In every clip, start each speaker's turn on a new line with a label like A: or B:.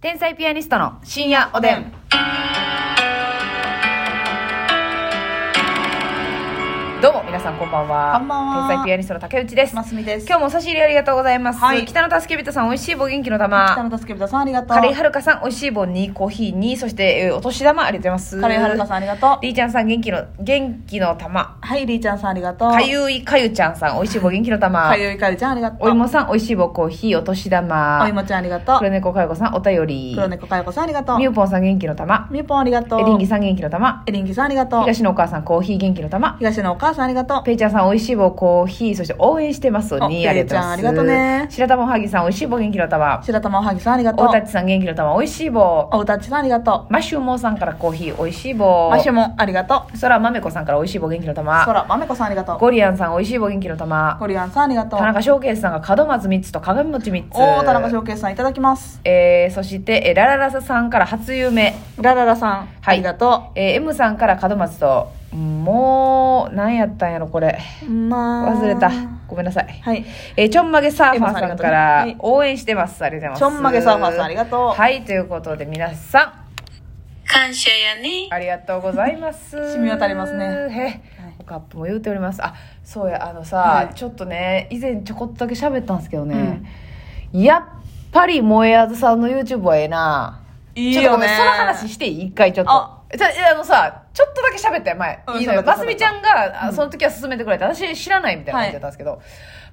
A: 天才ピアニストの深夜おでん。どうも皆さんこんばんは。
B: こんばんは
A: 天才ピアニストの竹内です。
B: マスミです。
A: 今日もお差し入れありがとうございます。
B: はい
A: 北の助け人さん、美味しい棒元気の
B: 北
A: 玉。
B: 野助人さんありがとう。
A: カレイはるかさん、美味しい棒にコーヒーに、そして、えーお年玉ありがとうございます。
B: カレイはるかさんありがとう。
A: りーちゃんさん、元気の、元気の玉。
B: はい、りーちゃんさんありがとう。
A: かゆいかゆちゃんさん、美味しい棒元気の玉
B: か。ゆいかりちゃんありがとう。
A: おいもさん、美味しい棒コーヒー、お年玉。
B: おいもちゃんありがと
A: 黒
B: う。
A: 猫かよこさん、お便り。
B: 黒猫かよこさんありがとう。
A: みゆぽんさん、元気の玉。
B: みゆぽんありがとう。
A: エリンギさん、元気の玉。
B: エリンギさんありがとう。
A: 東のお母さん、コーヒー、元気の玉。
B: 東のお母さんありがとう。
A: ペイちゃんさん、美味しい棒、コーヒー、そして応援してます
B: お
A: に、ありがとうございます。
B: ペイちゃんありがとね
A: 白玉おはぎさん、美味しい棒、元気の玉。
B: 白玉おはぎさんありがとう。
A: 大立さん、元気の玉、美味しい棒。
B: おうたちさんありがと
A: マシュモーさんからコーヒー、美味しい棒。
B: う。マシュもありがとう。
A: そらまめこさんから美味しい棒、元気の
B: そ
A: 玉。
B: らまめこさんありがとう。
A: ゴリアンさん、美味しい棒、元気の玉。
B: ゴリアンさんありがとう
A: 田。中翔慶さんが門松3つと鏡餅3つ。
B: おー、田中翔慶さんいただきます。
A: えー、そして、えーラララサさんから初夢。
B: ラララさん、
A: はい
B: ありがと
A: えー M さんから門松と、もう、何やったんやろ、これ。
B: う。まあ。
A: 忘れた。ごめんなさい。
B: はい。
A: えーちょんまげサーファー
B: M さんあり
A: さん
B: がとうね
A: から
B: はい、
A: 応援してます。ありがとうご
B: ち
A: ざいます。
B: ょんまげサーファーさんありがとう。
A: はい、ということで、皆さん、
C: 感謝やね。
A: ありがとうございます。
B: 染み渡りますね
A: へ
B: はい
A: おカップも言うております。あ、そうや、あのさ、
B: はい
A: ちょっとね、以前ちょこっとだけ喋ったんですけどね、やっぱり萌えあずさんの YouTube はええな。
B: いい
A: ちょっと
B: よ
A: ごめ
B: ね。
A: ん、その話していい一回ちょっと。
B: あ
A: じゃあ、あのさ、ちょっとだけ喋ったよ、前。
B: うん
A: いいの
B: 喋
A: よ。
B: った
A: ますみちゃんが、あその時は勧めてくれて、私知らないみたいな感じだったんですけど、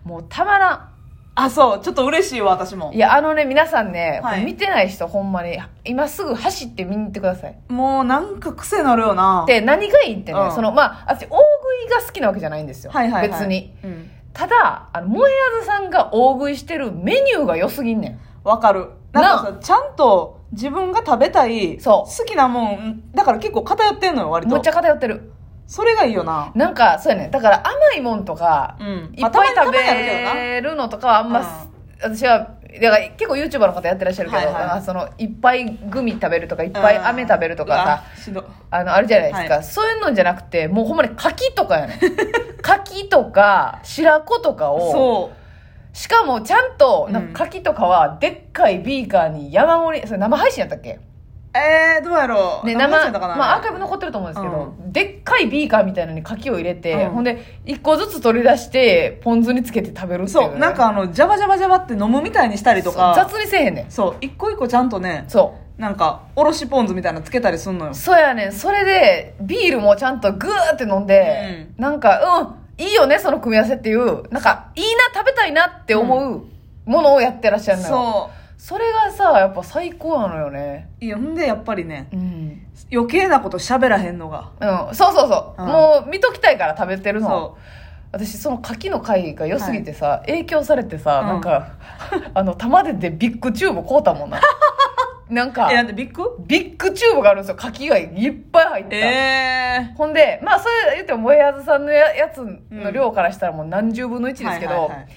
A: もうたまらん。
B: あ、そう。ちょっと嬉しいわ、私も
A: い。や、あのね、皆さんね、
B: はい
A: これ見てない人、ほんまに、今すぐ走って見に行ってください。
B: もうなんか癖なるよな。
A: で、何がいいってね、
B: うん
A: その、まあ、私、大食いが好きなわけじゃないんですよ。
B: はいはい、はい。
A: 別に。。
B: うん。
A: ただ、あの、萌えあずさんが大食いしてるメニューが良すぎんねん。
B: わかる。なんかさ、ちゃんと自分が食べたい、
A: そう
B: 好きなもん、だから結構偏ってんのよ、割
A: む
B: と
A: っち。ゃ偏ってる。
B: それがいいよな。
A: なんか、そうやね。だから甘いもんとか、
B: うん
A: いっぱい
B: まあ
A: 食
B: たまにたまにあるけど
A: べるのとかはあんま、私は、だから結構 YouTuber の方やってらっしゃるけど、
B: はいはい
A: なんかその、いっぱいグミ食べるとか、いっぱい飴食べるとかさ、
B: うん。うわしんどい
A: あの、あるじゃないですか。
B: は
A: そういうのじゃなくて、もうほんまに柿とかやねん。 柿とか、白子とかを、
B: そ
A: しかもちゃんと、
B: うん
A: なんか柿とかは、でっかいビーカーに山盛り、それ生配信やったっけ
B: う。えー、どうやろう。
A: ね、
B: 何
A: 生、
B: やったかな
A: まあアーカイブ残ってると思うんですけど、でっかいビーカーみたいなのに柿を入れて、
B: うん
A: ほんで、一個ずつ取り出して、ポン酢につけて食べるっていうね、
B: そう、なんかあの、ジャバジャバジャバって飲むみたいにしたりとか。
A: 雑にせえへんねん。
B: そう、一個一個ちゃんとね、
A: そう。
B: なんか、おろしポン酢みたいなのつけたりすんのよ。
A: そうやねん。それで、ビールもちゃんとグーって飲んで、なんか、うん、いいよね、その組み合わせっていう、なんか、いいな、食べたいなって思ううものをやってらっしゃるのよ。
B: そ
A: それがさ、やっぱ最高なのよね。
B: う。いや、ほんで、やっぱりね、
A: うん。
B: 余計なこと喋らへんのが。
A: うん、そうそうそう。
B: うん
A: もう、見ときたいから食べてるの
B: そ。
A: 私、その柿の回が良すぎてさ、影響されてさ、
B: うん
A: なんか、 あの、玉ででビッグチューブ買うたもんな。なんか
B: え、、なんでビッグ
A: ビッグチューブがあるんですよ。柿がいっぱい入ってた。
B: え
A: ほんで、まあ、それ言っても、もえあずさんのややつの量からしたらもう何十分の1
B: え
A: ですけど、
B: はいはいはい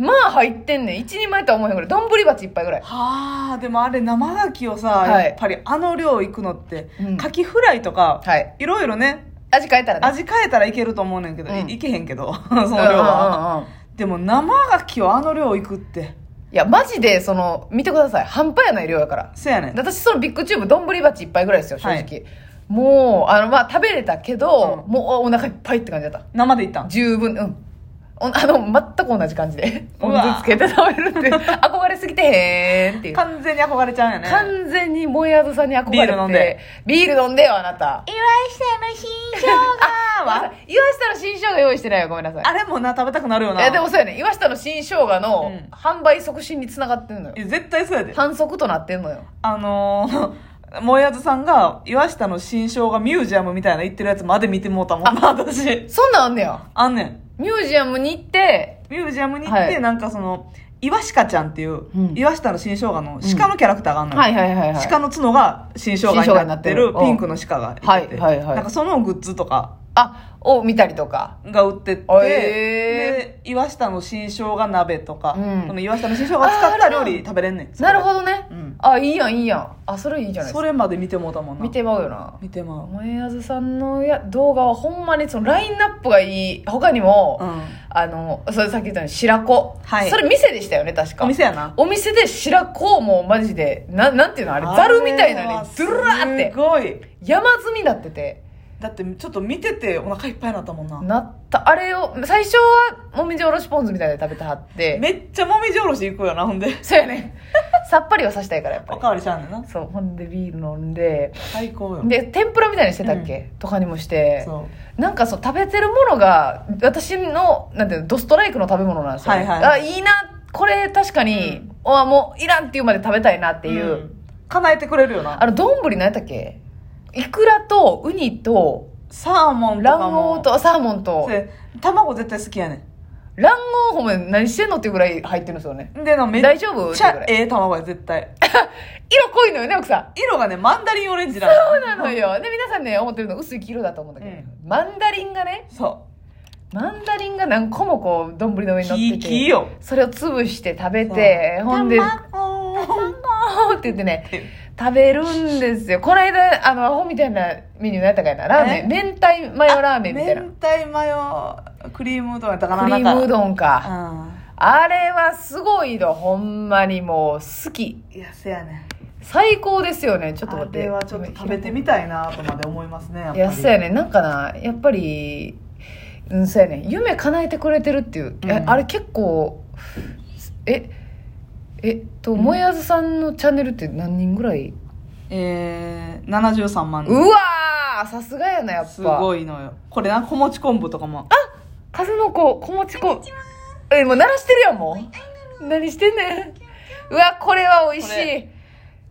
A: まあ入ってんねん。一人前とは思えへんぐらい。丼鉢一杯ぐらい。
B: はあでもあれ生牡蠣をさ、
A: はい
B: やっぱりあの量いくのって、
A: うん
B: 牡蠣フライとか、
A: はい。
B: い、ろいろね
A: 味変えたらね。
B: 味変えたらいけると思うねんけ
A: う
B: ど、
A: ん
B: いいけへん けどその
A: うん
B: 量は、
A: うんうん
B: でも生牡蠣をあの量いくって
A: いや、マジで、その、見てください。半端やない量やから。
B: せやねん
A: 私、そのビッグチューブ、丼鉢一杯ぐらいですよ、正直。
B: はい
A: もう、あの、まあ、食べれたけど、
B: うん
A: もう、お腹いっぱいって感じだっ
B: 生でいった
A: た。
B: ん
A: 十分、うん。おあの、全く同じ感じで。ポ
B: う
A: ン
B: わ
A: 酢つけて食べる って、憧れすぎてへんっていう。
B: 完全に憧れちゃうんやね
A: 完全にもえあずさんに憧れて
B: ビール飲んで
A: ビール飲んでよあなた
B: 岩下の新生姜は
A: 岩下の新生姜用意してないよごめんなさい
B: あれもな食べたくなるよな
A: えでもそうやね岩下の新生姜の
B: うん
A: 販売促進につながってんのよ
B: いや絶対そうやで
A: 反則となってんのよ
B: あのー、 もえあずさんが岩下の新生姜ミュージアムみたいな行ってるやつまで見てもうたもんな私
A: そんなんあんねや
B: あんねん
A: ミュージアムに行って
B: ミュージアムに行って、
A: はい
B: なんかその、岩鹿ちゃんっていう、
A: うん
B: 岩下の新生姜の鹿のキャラクターがあるのよ。
A: はいはいはいはい
B: 鹿の角が新生姜になっ
A: 新生
B: て
A: 姜にな
B: る
A: ってる
B: ピンクの鹿がいて、
A: はいはいはい
B: なんかそのグッズとか
A: あ、を見たりとか。
B: が売ってて、
A: あえ
B: で岩下の新生姜鍋とか、
A: うん
B: その岩下の新生姜使った料理食べれんねん
A: なるほどね。
B: うん
A: あ、いいやん、いいやん。あ、それいいじゃないです
B: そ
A: か。
B: れまで見てもうたもんな
A: 見てまうよな。
B: 見てまう、
A: もえあずさんのや動画はほんまにそのラインナップがいい。他にも、
B: うん、
A: あの、それさっき言ったように白子。
B: はい
A: それ店でしたよね、確か。
B: お店やな
A: お店で白子をもうマジで、ななんていうのあれ、ざるみたいなのに、ドゥルラーっ
B: す
A: て、
B: ごい
A: 山積みになってて、
B: だってちょっと見ててお腹いっぱいになったもんな
A: なった、あれを、最初はもみじおろしポン酢みたいなの食べてはって、
B: めっちゃもみじおろし行くよなほんで
A: そうや ね。さっぱりはさしたいから、やっぱ
B: お
A: り。
B: かわりちゃうねんな
A: そう、ほんでビール飲んで、
B: 最高よ
A: で、天ぷらみたいにしてたっけ、とかにもして、
B: そ
A: なんかそう食べてるものが私のなんていうのドストライクの食べ物なんですよ、
B: はいはい
A: あいいなこれ確かに、
B: うん
A: あもういらんっていうまで食べたいなって
B: う
A: いう、
B: ん叶えてくれるよな
A: あの丼何やったっけイクラとウニと
B: サーモンとかも
A: 卵黄とサーモンと
B: で卵絶対好きやね
A: 卵黄ほんまに何してんのっていうぐらい入ってるんですよね
B: んでなめっ
A: 大丈夫
B: ちゃ
A: ってぐら
B: ええ卵や絶 対
A: 色濃いのよね奥さん
B: 色がねマンダリンオレンジなの
A: そうなのよで皆さんね思ってるの薄い黄色だと思うんだけど、
B: うん
A: マンダリンがね
B: そ
A: マンダリンが何個もこう丼の上
B: う
A: に乗っ
B: 木
A: て
B: 木
A: て
B: よ
A: それを潰して食べてほんで
B: 卵
A: 卵って言ってね、食べるんですよ。この間、あの、アホみたいなメニューのやったかいな。ラーメン、明太 マヨラーメンみたいな。
B: 明太マヨクリームうどんやったかな
A: クリームう
B: どん
A: どんか。
B: か
A: あれはすごいの、ほんまにもう、好き。
B: うんいやせやねん
A: 最高ですよね。ちょっと
B: あ
A: 待って。
B: れはちょっと食べてみたいなとまで思いますねやっ
A: い
B: ぱり
A: や、そうやね。なんかな、やっぱり、うん、そうやね。夢叶えてくれてるっていう。いや
B: うん
A: あれ結構、え、えっと、もやずさんのチャンネルって何人ぐらい、
B: えー、73万
A: う
B: 人
A: わーさすがやな、やっぱ。
B: すごいのよこれな小餅昆布とかも
A: 数の子、小餅子。え、もう鳴らしてるやん、もう。何してんねん。うわ、これは美味し
B: こ
A: い。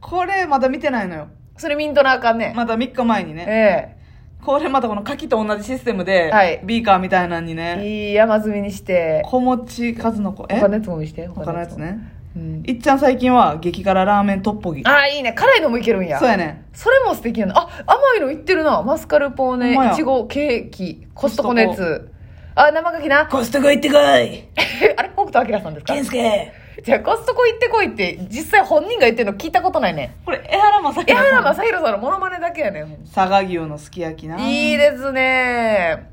B: これまだ見てないのよ
A: それミントなあかんねん。
B: まだ3日前にね
A: え
B: これまたこの柿と同じシステムで、
A: はい
B: ビーカーみたいなのに
A: え
B: ね
A: いい山積みにして。
B: 小餅数の子え
A: 他のやつも見して。
B: 他のやつね
A: うん。
B: いっちゃん最近は激辛ラーメントッポギ
A: ああ、いいね。辛いのもいけるんや。
B: そうやね
A: それも素敵やな。あ、甘いのいってるな。マスカルポー
B: ほんま
A: ネ、
B: や
A: いちご、ケーキ、コストコのやつ。あ、生牡蠣な。
B: コストコ行ってこい
A: あれ、北斗晶さんですか
B: スケ
A: じゃあ、コストコ行ってこいって、実際本人が言ってるの聞いたことないね。
B: これ江原正
A: 江
B: 樹
A: 原正宏さんのモノマネだけやねん。
B: 佐賀牛のすき焼きない
A: いですね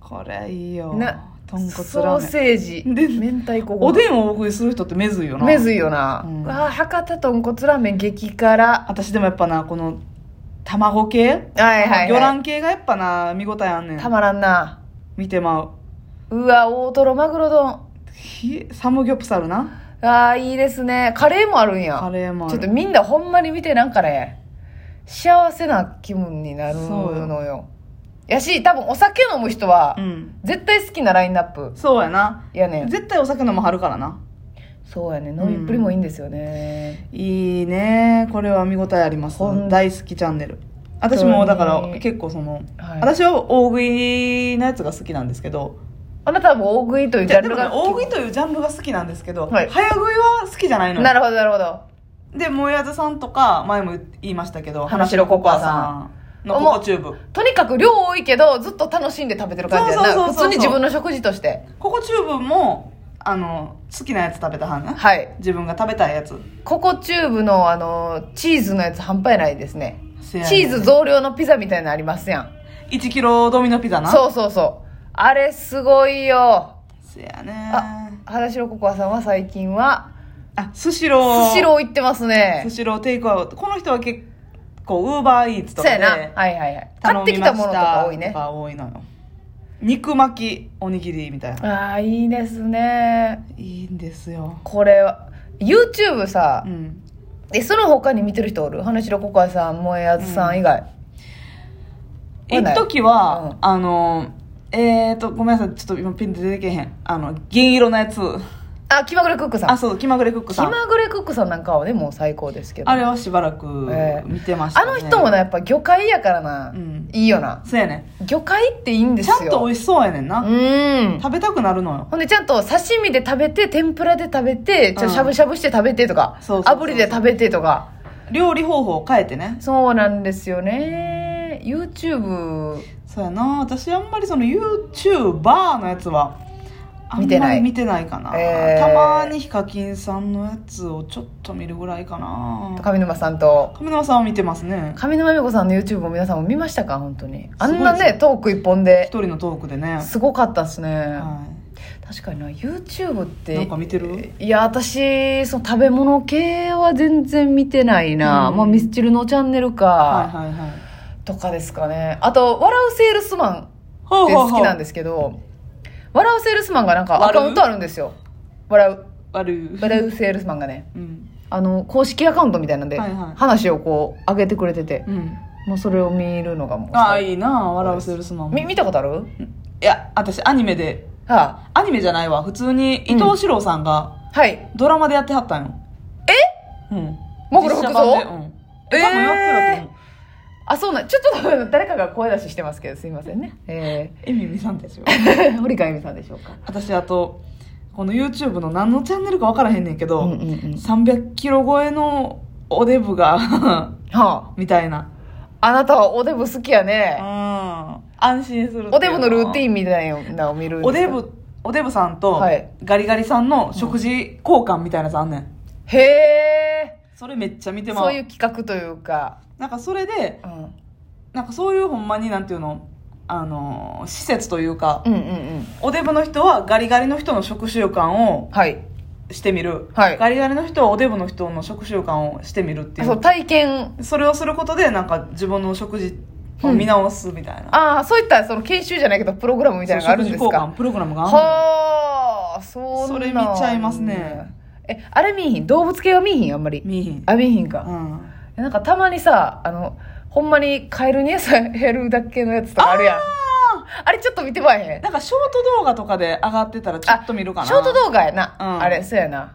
B: これいいよ
A: な
B: 豚骨
A: ソー
B: ラーメン
A: セージ
B: で
A: 明太子ご
B: お
A: 飯
B: でんを大食いする人ってめずいよな
A: めずいよな、
B: うん
A: うわあ博多豚骨ラーメン激辛
B: 私でもやっぱなこの卵系
A: はいはい、
B: 魚
A: はい、
B: 卵系がやっぱな見応えあんねん
A: たまらんな
B: 見てまう
A: うわ大トロマグロ丼
B: ひサムギョプサルな
A: ああいいですねカレーもあるんや
B: カレーもあ
A: ちょ
B: る
A: っとみんなほんまに見てなんかね幸せな気分になる
B: そう
A: の
B: よ
A: よやし多分お酒飲む人は、
B: うん
A: 絶対好きなラインナップ
B: そうやな
A: やねん
B: 絶対お酒飲むはるからな
A: そうやね飲みっぷりもいいんですよね、
B: いいねこれは見応えあります
A: ほん
B: 大好きチャンネル
A: 当に
B: 私もだから結構その、
A: はい
B: 私は大食いのやつが好きなんですけど
A: あなたはもう大食いというジ
B: じ
A: ャ
B: ゃあ
A: ン
B: でも
A: ル
B: ね
A: が
B: 大
A: 好
B: 食いというジャンルが好きなんですけど、
A: はい
B: 早食いは好きじゃない
A: き
B: の
A: なるほどなるほど
B: でもやずさんとか前も言いましたけど
A: 花城ココア
B: 花
A: さ
B: 城ココアさんのココチューブ
A: とにかく量多いけどずっと楽しんで食べてる感じや
B: そうそうそう
A: な
B: そう
A: 普通に自分の食事として
B: ココチューブもあの好きなやつ食べたはんな
A: はい
B: 自分が食べたいやつ
A: ココチューブのあのチーズのやつ半端やないですね
B: チ
A: チーズ増量のピザみたいなのありますやん
B: 1キロドミノピザなう
A: そうそうそうあれすごいよ
B: せや
A: あ
B: ね
A: 原城ココアさんは最近は
B: あスシロー
A: スシロー行ってますね
B: スシローテイクアウトこの人は結構ウーバーイーツと
A: そう
B: か
A: や
B: で
A: なはいはいはい買
B: 頼
A: って
B: み
A: き
B: まし
A: た
B: た
A: ものとか多いね
B: とか多いのよ肉巻きおにぎりみたいな
A: ああいいですね
B: いいんですよ
A: これは YouTube さ
B: う、ん
A: でその他に見てる人おる花城ココアさん萌えあずさん以外、
B: 一
A: ない
B: 時は、
A: うん
B: あのえーとごめんなさいちょっと今ピンで出てけへんあの銀色のやつ
A: あ気まぐれクックさん
B: あそう気まぐれクック
A: 気
B: さん
A: まぐれクックさんなんかはねもう最高ですけど
B: あ
A: あ
B: れはしばらく
A: ええ
B: 見てました、ね
A: の人もなやっぱ魚介やからな、
B: うん
A: いいよな
B: そうやね
A: 魚介っていいんです
B: ち
A: よ
B: ゃんと美味しそうやねんな、
A: うん
B: 食べたくなるのよ
A: ほんでちゃんと刺身で食べて天ぷらで食べてち
B: う
A: ょ
B: ん
A: しゃぶしゃぶして食べてとか、
B: そうそうそうそ
A: 炙
B: う
A: りで食べてとか
B: 料理方法を変えてね
A: そうなんですよね YouTube
B: そうやな私あんまりその YouTuber のやつはあんまり
A: 見てない
B: 見てないかな、
A: えー
B: たまにヒカキンさんのやつをちょっと見るぐらいかな
A: 上沼さんと
B: 亀沼さんは見てますね
A: 上沼恵美子さんの YouTube も皆さんも見ましたか本当にあん
B: す
A: な
B: ごいです
A: ねトーク一本
B: 一
A: で
B: 人のトークでね、
A: すごかったですね
B: は
A: 確かにな YouTube っ
B: い、なん
A: て
B: か見てる
A: いや私その食べ物系は全然見てないな、
B: うん
A: まあ、ミスチルのチャンネル
B: はい
A: か
B: はいはいはい
A: とかですかねあと「笑うセールスマン」って好きなんですすけど「笑うセールスマン」がなんかアカウントあるんですよ「笑う
B: 悪い
A: 笑うセールスマン」がね
B: うん
A: あの公式アカウントみたいなんで、
B: はいはい
A: 話をこう上げてくれてて、
B: うん
A: もうそれを見るのがもう
B: ああいいな笑うセールスマンも
A: み見たことある、
B: いや私アニメで
A: は
B: アニメじゃないわ普通に伊藤四郎さんが
A: あ、はい
B: ドラマでやってはったんよえうん
A: もぐろ服装
B: 実写版でうんえ多分やってたと思う
A: あそうなんちょっと誰かが声出ししてますけどすいませんねえ
B: えみみさ んですよ
A: ー、堀川由美さんでしょうか
B: 私あとこの YouTube の何のチャンネルか分からへんねんけ
A: うん
B: ど、
A: うんうん
B: 300キロ超えのおデブが
A: は
B: みたいな
A: ああなたはおデブ好きや
B: うん
A: ね
B: 安心する
A: おデブのルーティ
B: ン
A: ンみたいなのを見るん
B: お
A: です
B: デ
A: か
B: ブおデブさんと
A: はい
B: ガリガリさんの食事交換みたいなやつあんねん、
A: へえ
B: それめっちゃ見てまう
A: そういう企画というか、
B: なんかそれで
A: うん、
B: なんかそういうほんまになんていうのあのー施設というか、
A: うんうんうん
B: おデブの人はガリガリの人の食習慣を
A: はい
B: してみる、
A: はい
B: ガリガリの人はおデブの人の食習慣をしてみるってい
A: そう
B: う
A: 体験
B: それをすることでなんか自分の食事を見直すみたいな、
A: ああそういったその研修じゃないけどプログラムみたいなのがあるんです
B: そう食事
A: か
B: 交換プログラムがあんの
A: はあそうなん
B: それ見ちゃいますね
A: えあれ見えひん動物系は見えひんあんまり
B: 見えひん
A: あ見えひんか、
B: うん
A: えなんかたまにさあのほんまにカエルに餌やるだけのやつとかあるやんあれちょっと見てまえへん
B: なんかショート動画とかで上がってたらちょっと見るかな
A: あショート動画やな、
B: うん
A: あれそうやな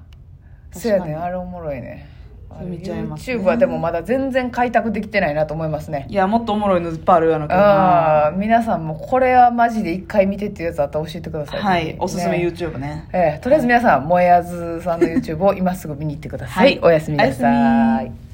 B: 確かに
A: そうやねあれおもろいね
B: それ見ちゃいますね
A: YouTube はでもまだ全然開拓できてないなと思いますね
B: いやもっとおもろいのいっぱいあるやろうけどな
A: ああ皆さんもこれはマジで一回見てっていうやつあったら教えてください
B: はいおすすめ
A: ね
B: YouTube ね
A: ええとりあえず皆さん、もえあずさんの YouTube を今すぐ見に行ってください。
B: はい
A: おやすみな
B: おや
A: さ
B: す
A: い。